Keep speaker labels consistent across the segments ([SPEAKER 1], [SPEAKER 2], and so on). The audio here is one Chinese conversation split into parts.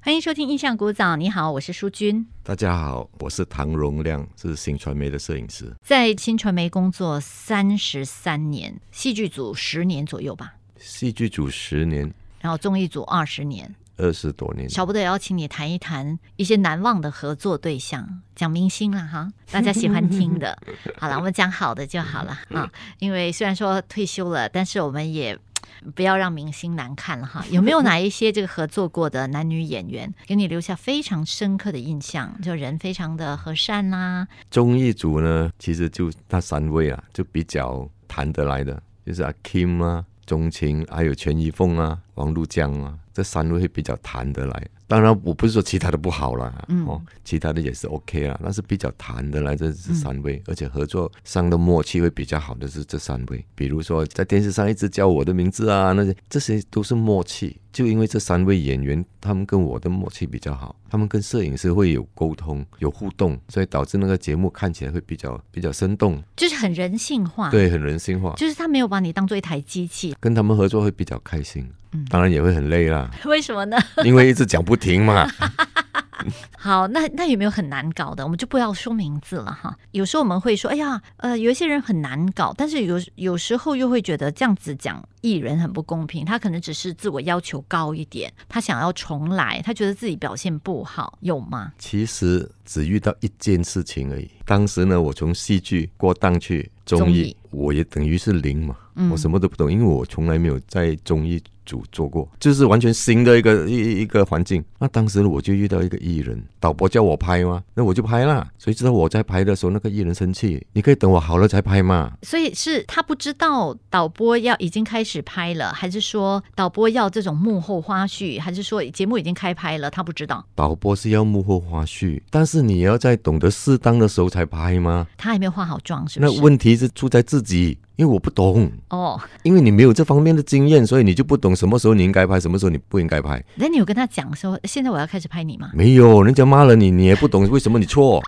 [SPEAKER 1] 欢迎收听《印象古早》，你好，我是淑君。
[SPEAKER 2] 大家好，我是唐荣亮，是新传媒的摄影师。
[SPEAKER 1] 在新传媒工作三十三年，戏剧组十年左右吧，
[SPEAKER 2] 戏剧组十年，
[SPEAKER 1] 然后综艺组二十年，
[SPEAKER 2] 二十多年，
[SPEAKER 1] 少不得也要请你谈一谈一些难忘的合作对象，讲明星啦哈，大家喜欢听的。好了，我们讲好的就好了啊，因为虽然说退休了，但是我们也。不要让明星难看了哈！有没有哪一些这个合作过的男女演员给你留下非常深刻的印象？就人非常的和善啊啦、
[SPEAKER 2] 综艺组呢，其实就那三位啊，就比较谈得来的，就是阿 Kim 啊、钟情，还有全一凤啊、王璐江啊，这三位会比较谈得来。当然，我不是说其他的不好啦，
[SPEAKER 1] 嗯
[SPEAKER 2] 哦，其他的也是 OK 啦，但是比较谈得来这这三位，而且合作上的默契会比较好的是这三位。比如说在电视上一直叫我的名字啊，那些这些都是默契。就因为这三位演员，他们跟我的默契比较好，他们跟摄影师会有沟通、有互动，所以导致那个节目看起来会比较比较生动，
[SPEAKER 1] 就是很人性化。，
[SPEAKER 2] 对，很人性化。
[SPEAKER 1] 就是他没有把你当做一台机器。
[SPEAKER 2] 跟他们合作会比较开心
[SPEAKER 1] 嗯，
[SPEAKER 2] 当然也会很累啦，
[SPEAKER 1] 为什么呢？
[SPEAKER 2] 因为一直讲不停嘛。
[SPEAKER 1] 好，那那有没有很难搞的？我们就不要说名字了哈。有时候我们会说，哎呀，呃，有一些人很难搞，但是有有时候又会觉得这样子讲艺人很不公平。他可能只是自我要求高一点，他想要重来，他觉得自己表现不好，有吗？
[SPEAKER 2] 其实只遇到一件事情而已。当时呢，我从戏剧过档去综
[SPEAKER 1] 综
[SPEAKER 2] 艺，
[SPEAKER 1] 艺
[SPEAKER 2] 我也等于是零嘛，
[SPEAKER 1] 嗯
[SPEAKER 2] 我什么都不懂，因为我从来没有在综艺组做过，就是完全新的一个一一一个环境。那当时我就遇到一个艺人，导播叫我拍嘛，那我就拍啦。谁知道我在拍的时候，那个艺人生气，你可以等我好了才拍嘛。
[SPEAKER 1] 所以是他不知道导播要已经开始拍了，还是说导播要这种幕后花絮，还是说节目已经开拍了，他不知道，
[SPEAKER 2] 导播是要幕后花絮，但是你也要在懂得适当的时候才拍吗？
[SPEAKER 1] 他还没有化好妆，是不
[SPEAKER 2] 那
[SPEAKER 1] 是？
[SPEAKER 2] 问题是出在自己，因为我不懂。
[SPEAKER 1] 哦，
[SPEAKER 2] 因为你没有这方面的经验，所以你就不懂什么时候你应该拍，什么时候你不应该拍。
[SPEAKER 1] 那你有跟他讲说，现在我要开始拍你吗？
[SPEAKER 2] 没有，人家骂了你，你也不懂 为什么你错。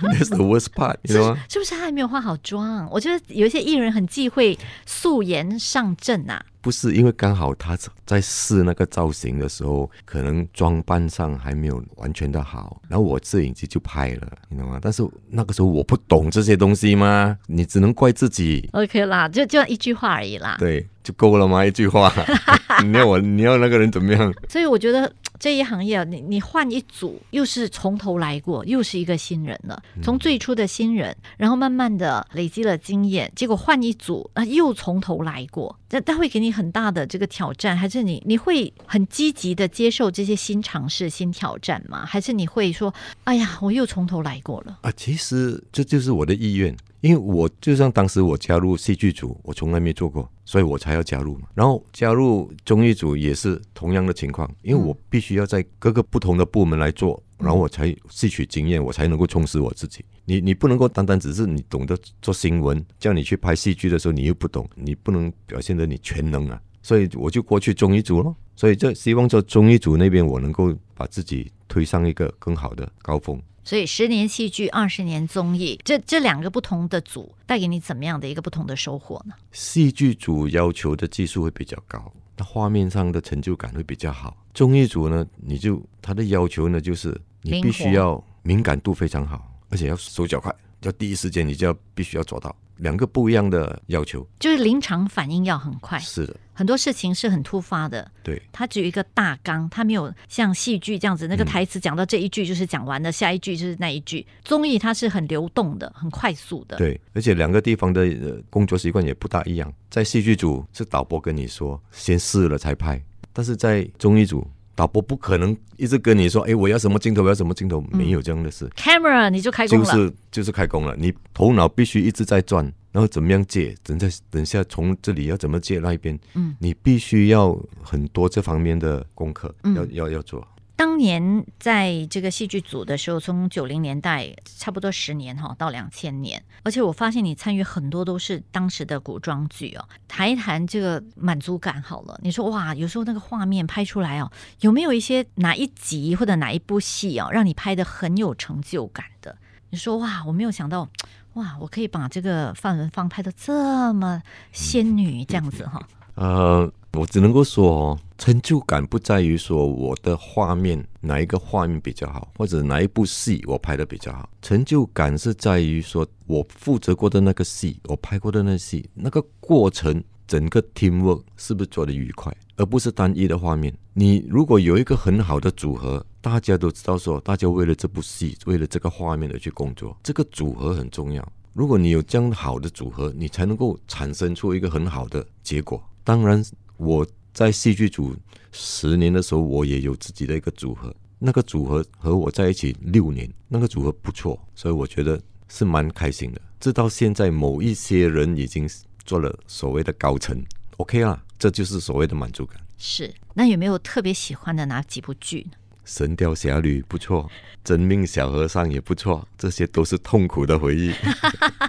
[SPEAKER 2] That's the worst part，你知道吗？
[SPEAKER 1] 是不是他还没有化好妆？我觉得有一些艺人很忌讳素颜上阵啊呐、
[SPEAKER 2] 不是因为刚好他在试那个造型的时候，可能装扮上还没有完全的好，然后我摄影机就拍了，你懂吗？但是那个时候我不懂这些东西吗？你只能怪自己，
[SPEAKER 1] OK 啦，就就一句话而已啦。
[SPEAKER 2] 对，就够了吗？一句话， 你要我，你要那个人怎么样？
[SPEAKER 1] 所以我觉得这一行业啊，你你换一组，又是从头来过，又是一个新人了。从最初的新人，然后慢慢的累积了经验，结果换一组啊，又从头来过。那他会给你很大的这个挑战，还是你你会很积极的接受这些新尝试、新挑战吗？还是你会说，哎呀，我又从头来过了？
[SPEAKER 2] 啊，其实这就是我的意愿，因为我就像当时我加入戏剧组，我从来没做过，所以我才要加入嘛。然后加入综艺组也是同样的情况，因为我必须要在各个不同的部门来做，然后我才吸取经验，我才能够充实我自己。你你不能够单单只是你懂得做新闻，叫你去拍戏剧的时候你又不懂，你不能表现得你全能啊。所以我就过去综艺组咯。所以这希望说综艺组那边我能够把自己推上一个更好的高峰。
[SPEAKER 1] 所以十年戏剧，二十年综艺，这这两个不同的组带给你怎么样的一个不同的收获呢？
[SPEAKER 2] 戏剧组要求的技术会比较高，那画面上的成就感会比较好。综艺组呢，你就他的要求呢，就是你
[SPEAKER 1] 灵活
[SPEAKER 2] 必须要敏感度非常好，而且要手脚快，要第一时间你就要必须要做到。两个不一样的要求，
[SPEAKER 1] 就是临场反应要很快，
[SPEAKER 2] 是的，
[SPEAKER 1] 很多事情是很突发的，
[SPEAKER 2] 对，
[SPEAKER 1] 它只有一个大纲，它没有像戏剧这样子，那个台词讲到这一句就是讲完了，下一句就是那一句。综艺它是很流动的，很快速的。
[SPEAKER 2] 对，而且两个地方的呃工作习惯也不大一样。在戏剧组是导播跟你说先试了才拍，但是在综艺组导播不可能一直跟你说，哎，我要什么镜头，我要什么镜头，没有这样的事。
[SPEAKER 1] Camera 你就开工
[SPEAKER 2] 就
[SPEAKER 1] 了，
[SPEAKER 2] 是就是开工了，你头脑必须一直在转，然后怎么样借，等下等下从这里要怎么借那一边，
[SPEAKER 1] 嗯，
[SPEAKER 2] 你必须要很多这方面的功课，
[SPEAKER 1] 嗯
[SPEAKER 2] 要要要做。
[SPEAKER 1] 当年在这个戏剧组的时候，从九零年代差不多十年哈到两千年，而且我发现你参与很多都是当时的古装剧哦。谈一谈这个满足感好了，你说哇，有时候那个画面拍出来哦，有没有一些哪一集或者哪一部戏哦，让你拍的很有成就感的？你说哇，我没有想到，哇，我可以把这个范文芳拍的这么仙女这样子哈、
[SPEAKER 2] 呃，我只能够说、哦，成就感不在于说我的画面哪一个画面比较好，或者哪一部戏我拍的比较好，成就感是在于说我负责过的那个戏，我拍过的那戏，那个过程整个 teamwork 是不是做的愉快，而不是单一的画面。你如果有一个很好的组合，大家都知道说，大家为了这部戏，为了这个画面而去工作，这个组合很重要。如果你有这样好的组合，你才能够产生出一个很好的结果。当然，我在戏剧组十年的时候，我也有自己的一个组合，那个组合和我在一起六年，那个组合不错，所以我觉得是蛮开心的。直到现在，某一些人已经做了所谓的高层，OK 啦，这就是所谓的满足感。
[SPEAKER 1] 是，那有没有特别喜欢的哪几部剧呢？
[SPEAKER 2] 《神雕侠侣》不错，《真命小和尚》也不错，这些都是痛苦的回忆。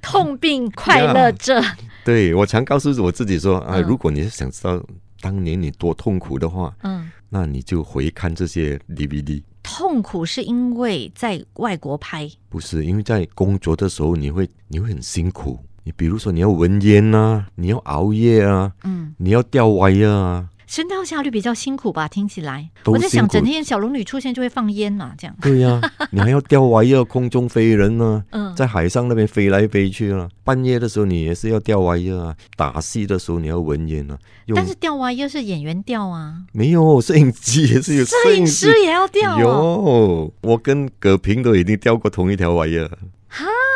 [SPEAKER 1] 痛并快乐着。
[SPEAKER 2] 对我常告诉我自己说啊，
[SPEAKER 1] 嗯
[SPEAKER 2] 如果你是想知道当年你多痛苦的话，
[SPEAKER 1] 嗯，
[SPEAKER 2] 那你就回看这些 DVD。
[SPEAKER 1] 痛苦是因为在外国拍，
[SPEAKER 2] 不是因为在工作的时候，你会你会很辛苦。你比如说你要闻烟呐、你要熬夜啊，
[SPEAKER 1] 嗯，
[SPEAKER 2] 你要吊歪
[SPEAKER 1] 《
[SPEAKER 2] 啊，
[SPEAKER 1] 神雕侠侣》比较辛苦吧？听起来，
[SPEAKER 2] 都
[SPEAKER 1] 我在想，
[SPEAKER 2] 辛苦
[SPEAKER 1] 整天小龙女出现就会放烟嘛，这样。
[SPEAKER 2] 对呀、 你还要吊歪啊，空中飞人啊，
[SPEAKER 1] 嗯
[SPEAKER 2] 在海上那边飞来飞去啊。半夜的时候你也是要吊歪啊，打戏的时候你要闻烟啊。用
[SPEAKER 1] 但是吊娃又是演员吊啊，
[SPEAKER 2] 没有摄影机也是有
[SPEAKER 1] 摄影
[SPEAKER 2] 师
[SPEAKER 1] 师也要吊哦。
[SPEAKER 2] 啊有，我跟葛平都已经钓过同一条玩意儿。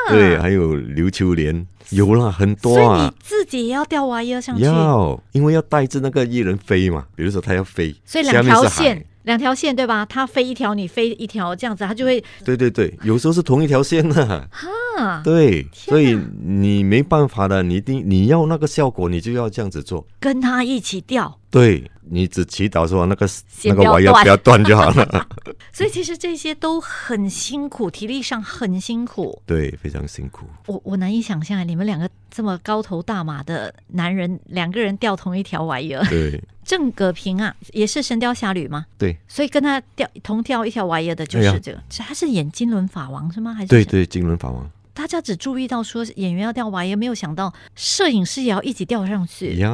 [SPEAKER 2] 对，还有刘秋莲，有啦，很多
[SPEAKER 1] 所以
[SPEAKER 2] 啊
[SPEAKER 1] 你。自己也要吊娃要上去，
[SPEAKER 2] 要，因为要带着那个艺人飞嘛，比如说他要飞，
[SPEAKER 1] 所以
[SPEAKER 2] 下
[SPEAKER 1] 两
[SPEAKER 2] 面是
[SPEAKER 1] 条
[SPEAKER 2] 海
[SPEAKER 1] 线，，两条线对吧？他飞一条，你飞一条，这样子他就会
[SPEAKER 2] 对对对，有时候是同一条线呢、
[SPEAKER 1] 啊。
[SPEAKER 2] 对，所以你没办法的，你一定你要那个效果，你就要这样子做。
[SPEAKER 1] 跟他一起掉。
[SPEAKER 2] 对你只祈祷说那个那个
[SPEAKER 1] 不要
[SPEAKER 2] 玩意儿
[SPEAKER 1] 断
[SPEAKER 2] 不要断就好了。
[SPEAKER 1] 所以其实这些都很辛苦，体力上很辛苦。
[SPEAKER 2] 对，非常辛苦。
[SPEAKER 1] 我我难以想象，你们两个这么高头大马的男人，两个人钓同一条玩意儿。
[SPEAKER 2] 对
[SPEAKER 1] 郑葛平啊，也是《神雕侠侣》吗？
[SPEAKER 2] 对
[SPEAKER 1] 所以跟他钓同钓一条玩意儿的就
[SPEAKER 2] 哎
[SPEAKER 1] 是
[SPEAKER 2] 呀
[SPEAKER 1] 这个，是他是演金轮法王是吗？还是
[SPEAKER 2] 对对，金轮法王。
[SPEAKER 1] 大家只注意到说演员要钓娃，也没有想到摄影师也要一起钓上去。
[SPEAKER 2] 要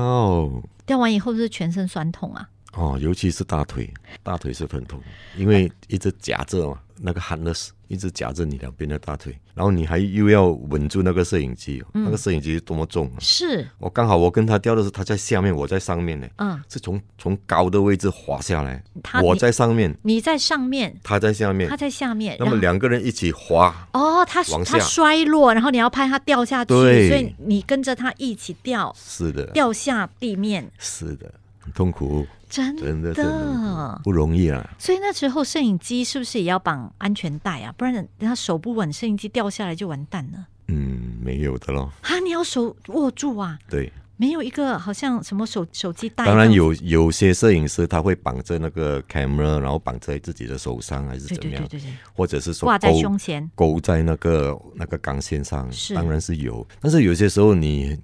[SPEAKER 1] 钓完以后是全身酸痛啊！
[SPEAKER 2] 哦，尤其是大腿，大腿是很痛，因为一直夹着嘛，那个 harness 一直夹着你两边的大腿，然后你还又要稳住那个摄影机哦，那个摄影机多么重啊！
[SPEAKER 1] 是，
[SPEAKER 2] 我刚好我跟他掉的时候，他在下面，我在上面呢，
[SPEAKER 1] 嗯，
[SPEAKER 2] 是从从高的位置滑下来
[SPEAKER 1] 他，
[SPEAKER 2] 我在上面，
[SPEAKER 1] 你在上面，
[SPEAKER 2] 他在下面
[SPEAKER 1] 他，在下面，
[SPEAKER 2] 那
[SPEAKER 1] 然
[SPEAKER 2] 么
[SPEAKER 1] 后
[SPEAKER 2] 两个人一起滑，
[SPEAKER 1] 哦，他
[SPEAKER 2] 往
[SPEAKER 1] 他
[SPEAKER 2] 下
[SPEAKER 1] 摔落，然后你要拍他掉下去，
[SPEAKER 2] 对
[SPEAKER 1] 所以你跟着他一起掉，
[SPEAKER 2] 是的，
[SPEAKER 1] 掉下地面，
[SPEAKER 2] 是的，很痛苦，
[SPEAKER 1] 真
[SPEAKER 2] 真的真的不容易啊。
[SPEAKER 1] 所以那时候摄影机是不是也要绑安全带啊？不然人家手不稳，摄影机掉下来就完蛋了。
[SPEAKER 2] 嗯，没有的咯，
[SPEAKER 1] 啊，你要手握住啊，
[SPEAKER 2] 对。
[SPEAKER 1] 没有一个好像什么手手机带。
[SPEAKER 2] 当然，有有些摄影师他会绑着那个 camera，然后绑在自己的手上还是
[SPEAKER 1] 对
[SPEAKER 2] 怎
[SPEAKER 1] 对
[SPEAKER 2] 么样，
[SPEAKER 1] 对对对，
[SPEAKER 2] 或者是说
[SPEAKER 1] 挂在
[SPEAKER 2] 勾
[SPEAKER 1] 胸前。
[SPEAKER 2] 勾在那个那个钢线上
[SPEAKER 1] 是，
[SPEAKER 2] 当然是有。但是有些时候你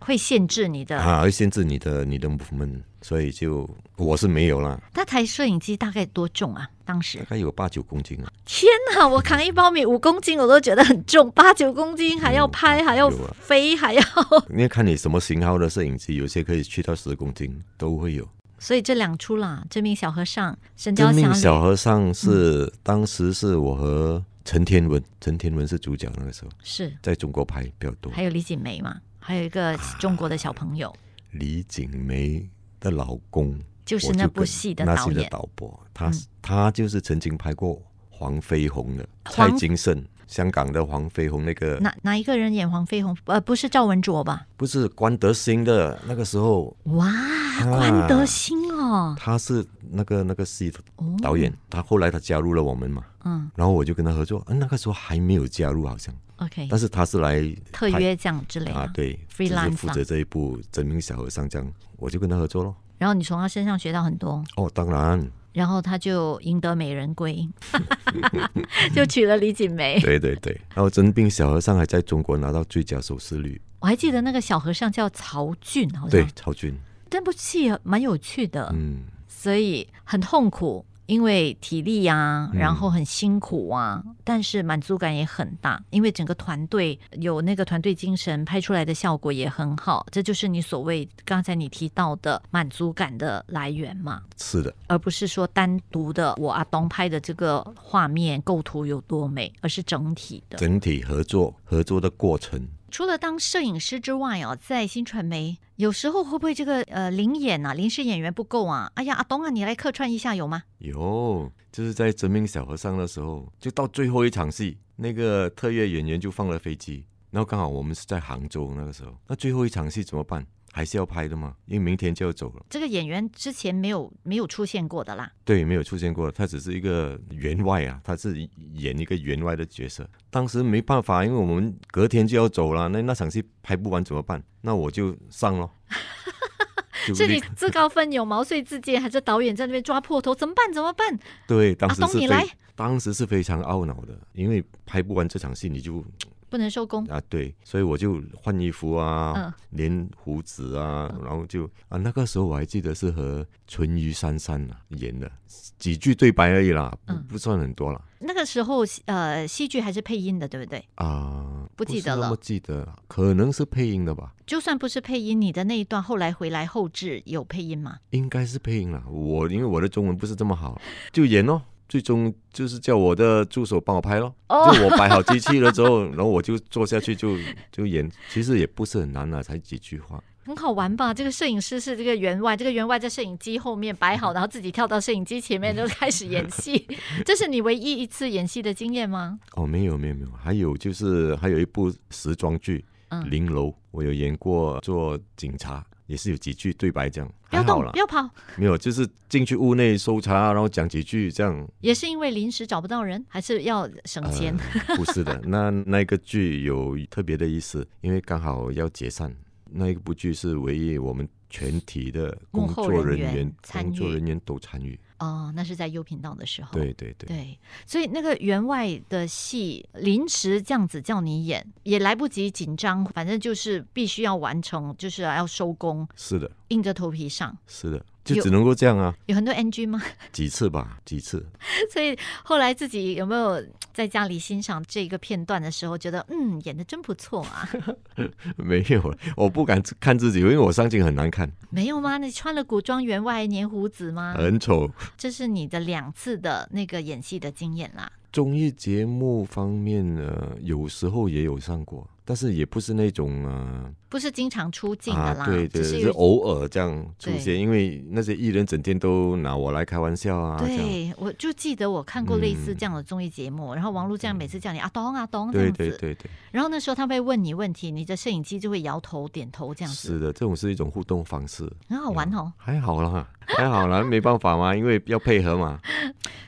[SPEAKER 1] 会限制你的。
[SPEAKER 2] 啊会限制你的你的 movement，所以就我是没有啦，
[SPEAKER 1] 那台摄影机大概多重啊？当时
[SPEAKER 2] 大概有八九公斤啊，
[SPEAKER 1] 天哪，我扛一包米五公斤，我都觉得很重，八九公斤还要拍，还要
[SPEAKER 2] 有啊
[SPEAKER 1] 飞，还要……
[SPEAKER 2] 因为看你什么型号的摄影机，有些可以去到十公斤都会有。
[SPEAKER 1] 所以这两出啦，《真命小和尚》《神雕侠
[SPEAKER 2] 真命
[SPEAKER 1] 侣》
[SPEAKER 2] 小和尚是、
[SPEAKER 1] 嗯
[SPEAKER 2] 当时是我和陈天文，陈天文是主角那个时候，
[SPEAKER 1] 是，
[SPEAKER 2] 在中国拍比较多。
[SPEAKER 1] 还有李锦梅嘛，还有一个
[SPEAKER 2] 啊
[SPEAKER 1] 中国的小朋友，
[SPEAKER 2] 李锦梅的老公
[SPEAKER 1] 就是
[SPEAKER 2] 我
[SPEAKER 1] 那部
[SPEAKER 2] 跟
[SPEAKER 1] 戏的
[SPEAKER 2] 那
[SPEAKER 1] 导
[SPEAKER 2] 戏的
[SPEAKER 1] 演。嗯
[SPEAKER 2] 导播，他、他就是曾经拍过黄飞鸿的蔡
[SPEAKER 1] 黄
[SPEAKER 2] 金胜，香港的黄飞鸿那个
[SPEAKER 1] 哪哪一个人演黄飞鸿？呃，不是赵文卓吧？
[SPEAKER 2] 不是关德兴的那个时候，
[SPEAKER 1] 哇，
[SPEAKER 2] 啊
[SPEAKER 1] 关德兴哦，
[SPEAKER 2] 他是那个那个戏的
[SPEAKER 1] 哦
[SPEAKER 2] 导演，他后来他加入了我们嘛，
[SPEAKER 1] 嗯
[SPEAKER 2] 然后我就跟他合作，嗯、那个时候还没有加入好像，
[SPEAKER 1] ，OK，
[SPEAKER 2] 但是他是来
[SPEAKER 1] 特
[SPEAKER 2] 拍
[SPEAKER 1] 约这样之类的。
[SPEAKER 2] 啊，对，就
[SPEAKER 1] freelance
[SPEAKER 2] 是
[SPEAKER 1] 啊
[SPEAKER 2] 负责这一部《真命小和尚》这样，我就跟他合作咯。
[SPEAKER 1] 然后你从他身上学到很多。
[SPEAKER 2] 哦，当然，
[SPEAKER 1] 然后他就赢得美人 归，就娶了李锦梅。
[SPEAKER 2] 对对对，然后《真命小和尚》还在中国拿到最佳收视率，
[SPEAKER 1] 我还记得那个小和尚叫曹俊，好像
[SPEAKER 2] 对，曹军，
[SPEAKER 1] 这部戏蛮有趣的，
[SPEAKER 2] 嗯，
[SPEAKER 1] 所以很痛苦。因为体力啊，然后很辛苦啊，但是满足感也很大，因为整个团队有那个团队精神，拍出来的效果也很好，这就是你所谓刚才你提到的满足感的来源嘛，
[SPEAKER 2] 是的，
[SPEAKER 1] 而不是说单独的我阿东拍的这个画面构图有多美，而是整体的。
[SPEAKER 2] 整体合作合作的过程，
[SPEAKER 1] 除了当摄影师之外哦，在新传媒有时候会不会这个呃临演啊，临时演员不够啊？哎呀，阿东啊，你来客串一下有吗？
[SPEAKER 2] 有，就是在《真命小和尚》的时候，就到最后一场戏，那个特约演员就放了飞机，然后刚好我们是在杭州那个时候，那最后一场戏怎么办？还是要拍的嘛，因为明天就要走了。
[SPEAKER 1] 这个演员之前没有没有出现过的啦。
[SPEAKER 2] 对，没有出现过，他只是一个员外啊，他是演一个员外的角色。当时没办法，因为我们隔天就要走了，那那场戏拍不完怎么办？那我就上 咯。就
[SPEAKER 1] 这里
[SPEAKER 2] 立
[SPEAKER 1] 自告奋勇、毛遂自荐，还是导演在那边抓破头，怎么办？怎么办？
[SPEAKER 2] 对，当时
[SPEAKER 1] 啊东
[SPEAKER 2] 是
[SPEAKER 1] 你
[SPEAKER 2] 非、
[SPEAKER 1] 来
[SPEAKER 2] 当时是非常懊恼的，因为拍不完这场戏你就
[SPEAKER 1] 不能收工。
[SPEAKER 2] 啊对，所以我就换衣服啊，
[SPEAKER 1] 嗯
[SPEAKER 2] 连胡子啊，然后就啊那个时候我还记得是和淳于珊珊啊演的几句对白而已啦，不
[SPEAKER 1] 嗯
[SPEAKER 2] 不算很多啦。
[SPEAKER 1] 那个时候，呃，戏剧还是配音的，对不对？
[SPEAKER 2] 啊，
[SPEAKER 1] 不记
[SPEAKER 2] 是
[SPEAKER 1] 得
[SPEAKER 2] 那
[SPEAKER 1] 了
[SPEAKER 2] 么记得，可能是配音的吧，
[SPEAKER 1] 就算不是配音，你的那一段后来回来后置有配音吗？
[SPEAKER 2] 应该是配音了。我因为我的中文不是这么好，就演咯。最终就是叫我的助手帮我拍咯，
[SPEAKER 1] 哦
[SPEAKER 2] 就我摆好机器了之后，然后我就坐下去就就演，其实也不是很难啦，才几句话。
[SPEAKER 1] 很好玩吧？这个摄影师是这个员外，这个员外在摄影机后面摆好，然后自己跳到摄影机前面就开始演 戏。这是你唯一一次演戏的经验吗？
[SPEAKER 2] 哦，没有没有没有，还有就是还有一部时装剧
[SPEAKER 1] 嗯
[SPEAKER 2] 《零楼》，我有演过做警察，也是有几句对白这样，
[SPEAKER 1] 不 要
[SPEAKER 2] 还好
[SPEAKER 1] 动，
[SPEAKER 2] 啦
[SPEAKER 1] 不，要跑，
[SPEAKER 2] 没有就是进去屋内搜查，然后讲几句这样，
[SPEAKER 1] 也是因为临时找不到人，还是要省钱？
[SPEAKER 2] 呃不是的，那那个剧有特别的意思，因为刚好要解散，那一部剧是唯一我们全体的
[SPEAKER 1] 幕
[SPEAKER 2] 工
[SPEAKER 1] 后
[SPEAKER 2] 作
[SPEAKER 1] 人
[SPEAKER 2] 人
[SPEAKER 1] 员
[SPEAKER 2] 员、
[SPEAKER 1] 参
[SPEAKER 2] 工作
[SPEAKER 1] 与
[SPEAKER 2] 人员都参与。
[SPEAKER 1] 哦，那是在优频道的时候。
[SPEAKER 2] 对对对，
[SPEAKER 1] 对，所以那个员外的戏临时这样子叫你演，也来不及紧张，反正就是必须要完成，就是要收工，
[SPEAKER 2] 是的，
[SPEAKER 1] 硬着头皮上。
[SPEAKER 2] 是的，就
[SPEAKER 1] 有
[SPEAKER 2] 只能够这样啊，
[SPEAKER 1] 有 很多 NG 吗？
[SPEAKER 2] 几次吧，几次。
[SPEAKER 1] 所以后来自己有没有在家里欣赏这个片段的时候，觉得嗯，演的真不错 啊？
[SPEAKER 2] 没有，我不敢看自己，因为我上镜很难看，
[SPEAKER 1] 没有吗？你穿了古装员外粘胡子吗？
[SPEAKER 2] 很丑。
[SPEAKER 1] 这是你的两次的那个演戏的经验啦。
[SPEAKER 2] 综艺节目方面呃，有时候也有上过，但是也不是那种呃
[SPEAKER 1] 不是经常出镜的啦，
[SPEAKER 2] 啊，对对，
[SPEAKER 1] 只是
[SPEAKER 2] 是
[SPEAKER 1] 有
[SPEAKER 2] 偶尔这样出
[SPEAKER 1] 对
[SPEAKER 2] 现，因为那些艺人整天都拿我来开玩笑啊，这样。嗯
[SPEAKER 1] 对，我就记得我看过类似这样的综艺节目，然后王璐这样每次叫你啊东啊东这样
[SPEAKER 2] 对
[SPEAKER 1] 子，
[SPEAKER 2] 对对对，
[SPEAKER 1] 然后那时候他会问你问题，你的摄影机就会摇头点头这样
[SPEAKER 2] 是嗯
[SPEAKER 1] 子，
[SPEAKER 2] 的，这种是一种互动方式，
[SPEAKER 1] 很好玩哦。
[SPEAKER 2] 还好啦， 还好啦，没办法嘛，因为要配合嘛。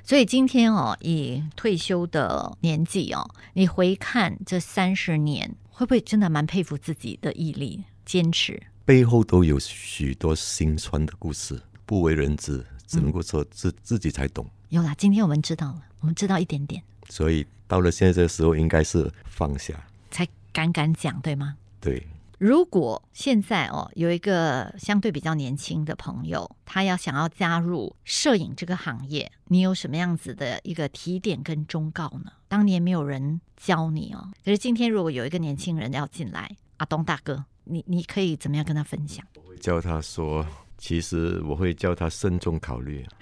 [SPEAKER 1] 所以今天哦，以退休的年纪哦，你回看这三十年，会不会真的蛮佩服自己的毅力、坚持？
[SPEAKER 2] 背后都有许多心酸的故事，不为人知，只能够说自、自己才懂。
[SPEAKER 1] 有啦，今天我们知道了，我们知道一点点，
[SPEAKER 2] 所以到了现在这个时候，应该是放下。
[SPEAKER 1] 才敢敢讲，对吗？
[SPEAKER 2] 对，
[SPEAKER 1] 如果现在哦有一个相对比较年轻的朋友，他要想要加入摄影这个行业，你有什么样子的一个提点跟忠告呢？当年没有人教你哦，可是今天如果有一个年轻人要进来，阿东大哥，你你可以怎么样跟他分享？
[SPEAKER 2] 叫他说，其实我会叫他慎重考虑。啊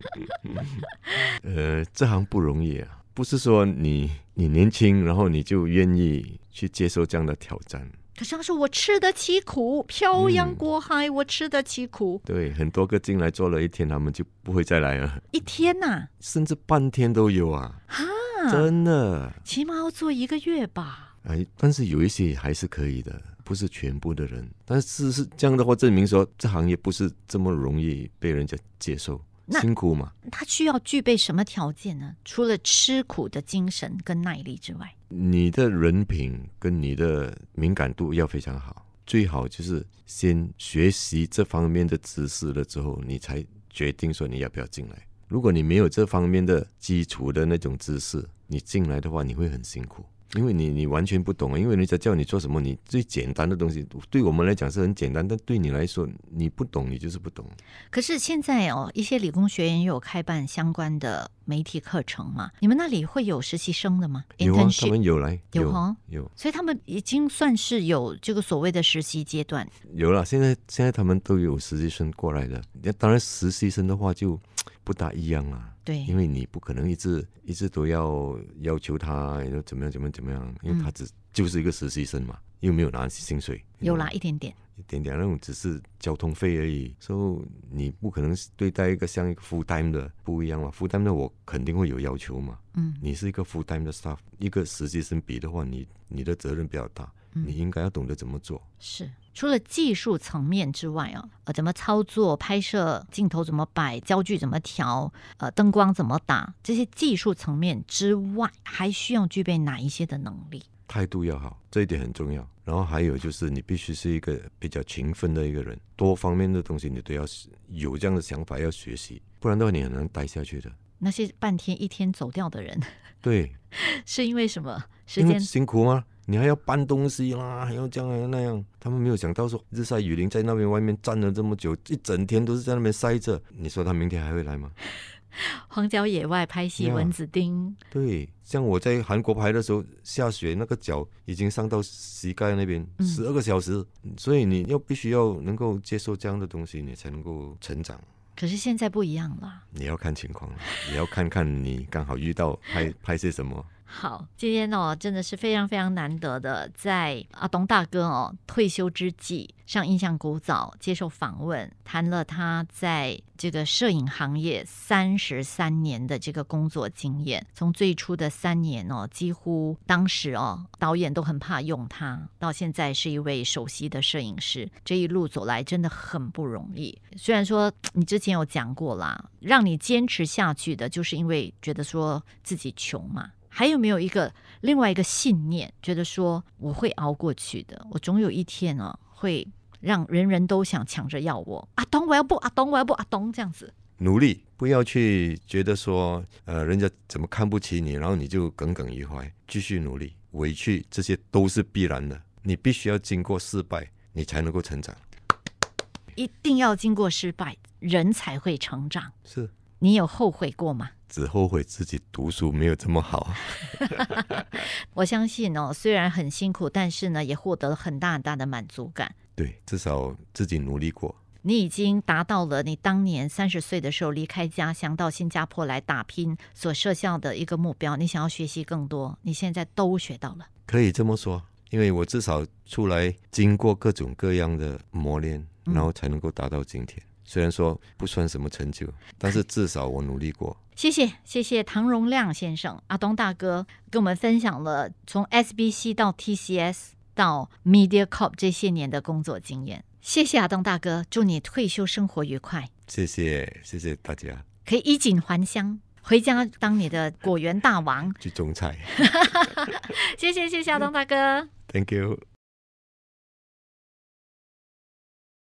[SPEAKER 2] 呃，这行不容易啊，不是说你你年轻，然后你就愿意去接受这样的挑战。
[SPEAKER 1] 可是他说我吃得起苦，漂洋过海，我吃得起苦，
[SPEAKER 2] 对，很多个进来做了一天，他们就不会再来了，
[SPEAKER 1] 一天呐、
[SPEAKER 2] 甚至半天都有啊，真的。
[SPEAKER 1] 起码要做一个月吧。
[SPEAKER 2] 哎，但是有一些还是可以的，不是全部的人。但是是这样的话，证明说这行业不是这么容易被人家接受，
[SPEAKER 1] 那
[SPEAKER 2] 辛苦嘛。
[SPEAKER 1] 他需要具备什么条件呢？除了吃苦的精神跟耐力之外，
[SPEAKER 2] 你的人品跟你的敏感度要非常好，最好就是先学习这方面的知识了之后，你才决定说你要不要进来。如果你没有这方面的基础的那种知识，你进来的话，你会很辛苦。因为你你完全不懂啊，因为人家叫你做什么，你最简单的东西对我们来讲是很简单，但对你来说你不懂，你就是不懂。
[SPEAKER 1] 可是现在哦，一些理工学院有开办相关的媒体课程嘛？你们那里会有实习生的吗
[SPEAKER 2] 有啊，
[SPEAKER 1] ？internship，
[SPEAKER 2] 他们有来
[SPEAKER 1] 有
[SPEAKER 2] 有
[SPEAKER 1] 哦
[SPEAKER 2] 有
[SPEAKER 1] 所以他们已经算是有这个所谓的实习阶段。
[SPEAKER 2] 有了，现在现在他们都有实习生过来的。那当然，实习生的话就不大一样啦。
[SPEAKER 1] 对
[SPEAKER 2] 因，为你不可能一直一直都要要求他，然后怎么样怎么样怎么样，因为他只、就是一个实习生嘛，又没有拿薪水，
[SPEAKER 1] 有啦一点点。
[SPEAKER 2] 一点点那种只是交通费而已，所、以你不可能对待一个像一个 full time 的不一样嘛，full time 的我肯定会有要求嘛，
[SPEAKER 1] 嗯，
[SPEAKER 2] 你是一个 full time 的 staff，一个实习生比的话，你你的责任比较大，你应该要懂得怎么做。
[SPEAKER 1] 嗯是。除了技术层面之外啊，呃，怎么操作、拍摄、镜头怎么摆、焦距怎么调、呃，灯光怎么打，这些技术层面之外，还需要具备哪一些的能力？
[SPEAKER 2] 态度要好，这一点很重要。然后还有就是，你必须是一个比较勤奋的一个人，多方面的东西你都要有这样的想法，要学习，不然的话你很难待下去的。
[SPEAKER 1] 那些半天一天走掉的人，
[SPEAKER 2] 对，
[SPEAKER 1] 是因为什么？时
[SPEAKER 2] 因为
[SPEAKER 1] 间
[SPEAKER 2] 辛苦吗？你还要搬东西啦，还要这样还要那样。他们没有想到说，日晒雨淋在那边外面站了这么久，一整天都是在那边晒着。你说他明天还会来吗？
[SPEAKER 1] 荒郊野外拍戏
[SPEAKER 2] Yeah
[SPEAKER 1] 蚊子叮，
[SPEAKER 2] 对，像我在韩国拍的时候，下雪那个脚已经上到膝盖那边，
[SPEAKER 1] 嗯
[SPEAKER 2] 十二个小时，所以你要必须要能够接受这样的东西，你才能够成长。
[SPEAKER 1] 可是现在不一样了。
[SPEAKER 2] 你要看情况了，也要看看你刚好遇到拍拍些什么。
[SPEAKER 1] 好，今天哦，真的是非常非常难得的，在阿东大哥哦退休之际，上印象古早接受访问，谈了他在这个摄影行业三十三年的这个工作经验。从最初的三年哦，几乎当时哦导演都很怕用他，到现在是一位首席的摄影师，这一路走来真的很不容易。虽然说你之前有讲过啦，让你坚持下去的，就是因为觉得说自己穷嘛。还有没有一个另外一个信念，觉得说我会熬过去的，我总有一天啊会让人人都想抢着要我。阿东，我要不阿东，我要不阿东这样子。
[SPEAKER 2] 努力，不要去觉得说，呃，人家怎么看不起你，然后你就耿耿于怀，继续努力，委屈这些都是必然的。你必须要经过失败，你才能够成长。
[SPEAKER 1] 一定要经过失败，人才会成长。
[SPEAKER 2] 是，
[SPEAKER 1] 你有后悔过吗？
[SPEAKER 2] 只后悔自己读书没有这么好。啊
[SPEAKER 1] 我相信哦，虽然很辛苦，但是呢，也获得了很大很大的满足感。
[SPEAKER 2] 对，至少自己努力过。
[SPEAKER 1] 你已经达到了你当年三十岁的时候离开家乡到新加坡来打拼所设下的一个目标。你想要学习更多，你现在都学到了。
[SPEAKER 2] 可以这么说，因为我至少出来经过各种各样的磨练，
[SPEAKER 1] 嗯
[SPEAKER 2] 然后才能够达到今天。虽然说不算什么成就，但是至少我努力过。
[SPEAKER 1] 谢谢谢谢唐荣亮先生，阿东大哥跟我们分享了从 SBC 到 TCS 到 Media Corp 这些年的工作经验。谢谢阿东大哥，祝你退休生活愉快，
[SPEAKER 2] 谢谢，谢谢大家
[SPEAKER 1] 可以衣锦还乡，回家当你的果园大王。
[SPEAKER 2] 去种菜
[SPEAKER 1] 谢谢谢谢阿东大哥。
[SPEAKER 2] ，Thank you。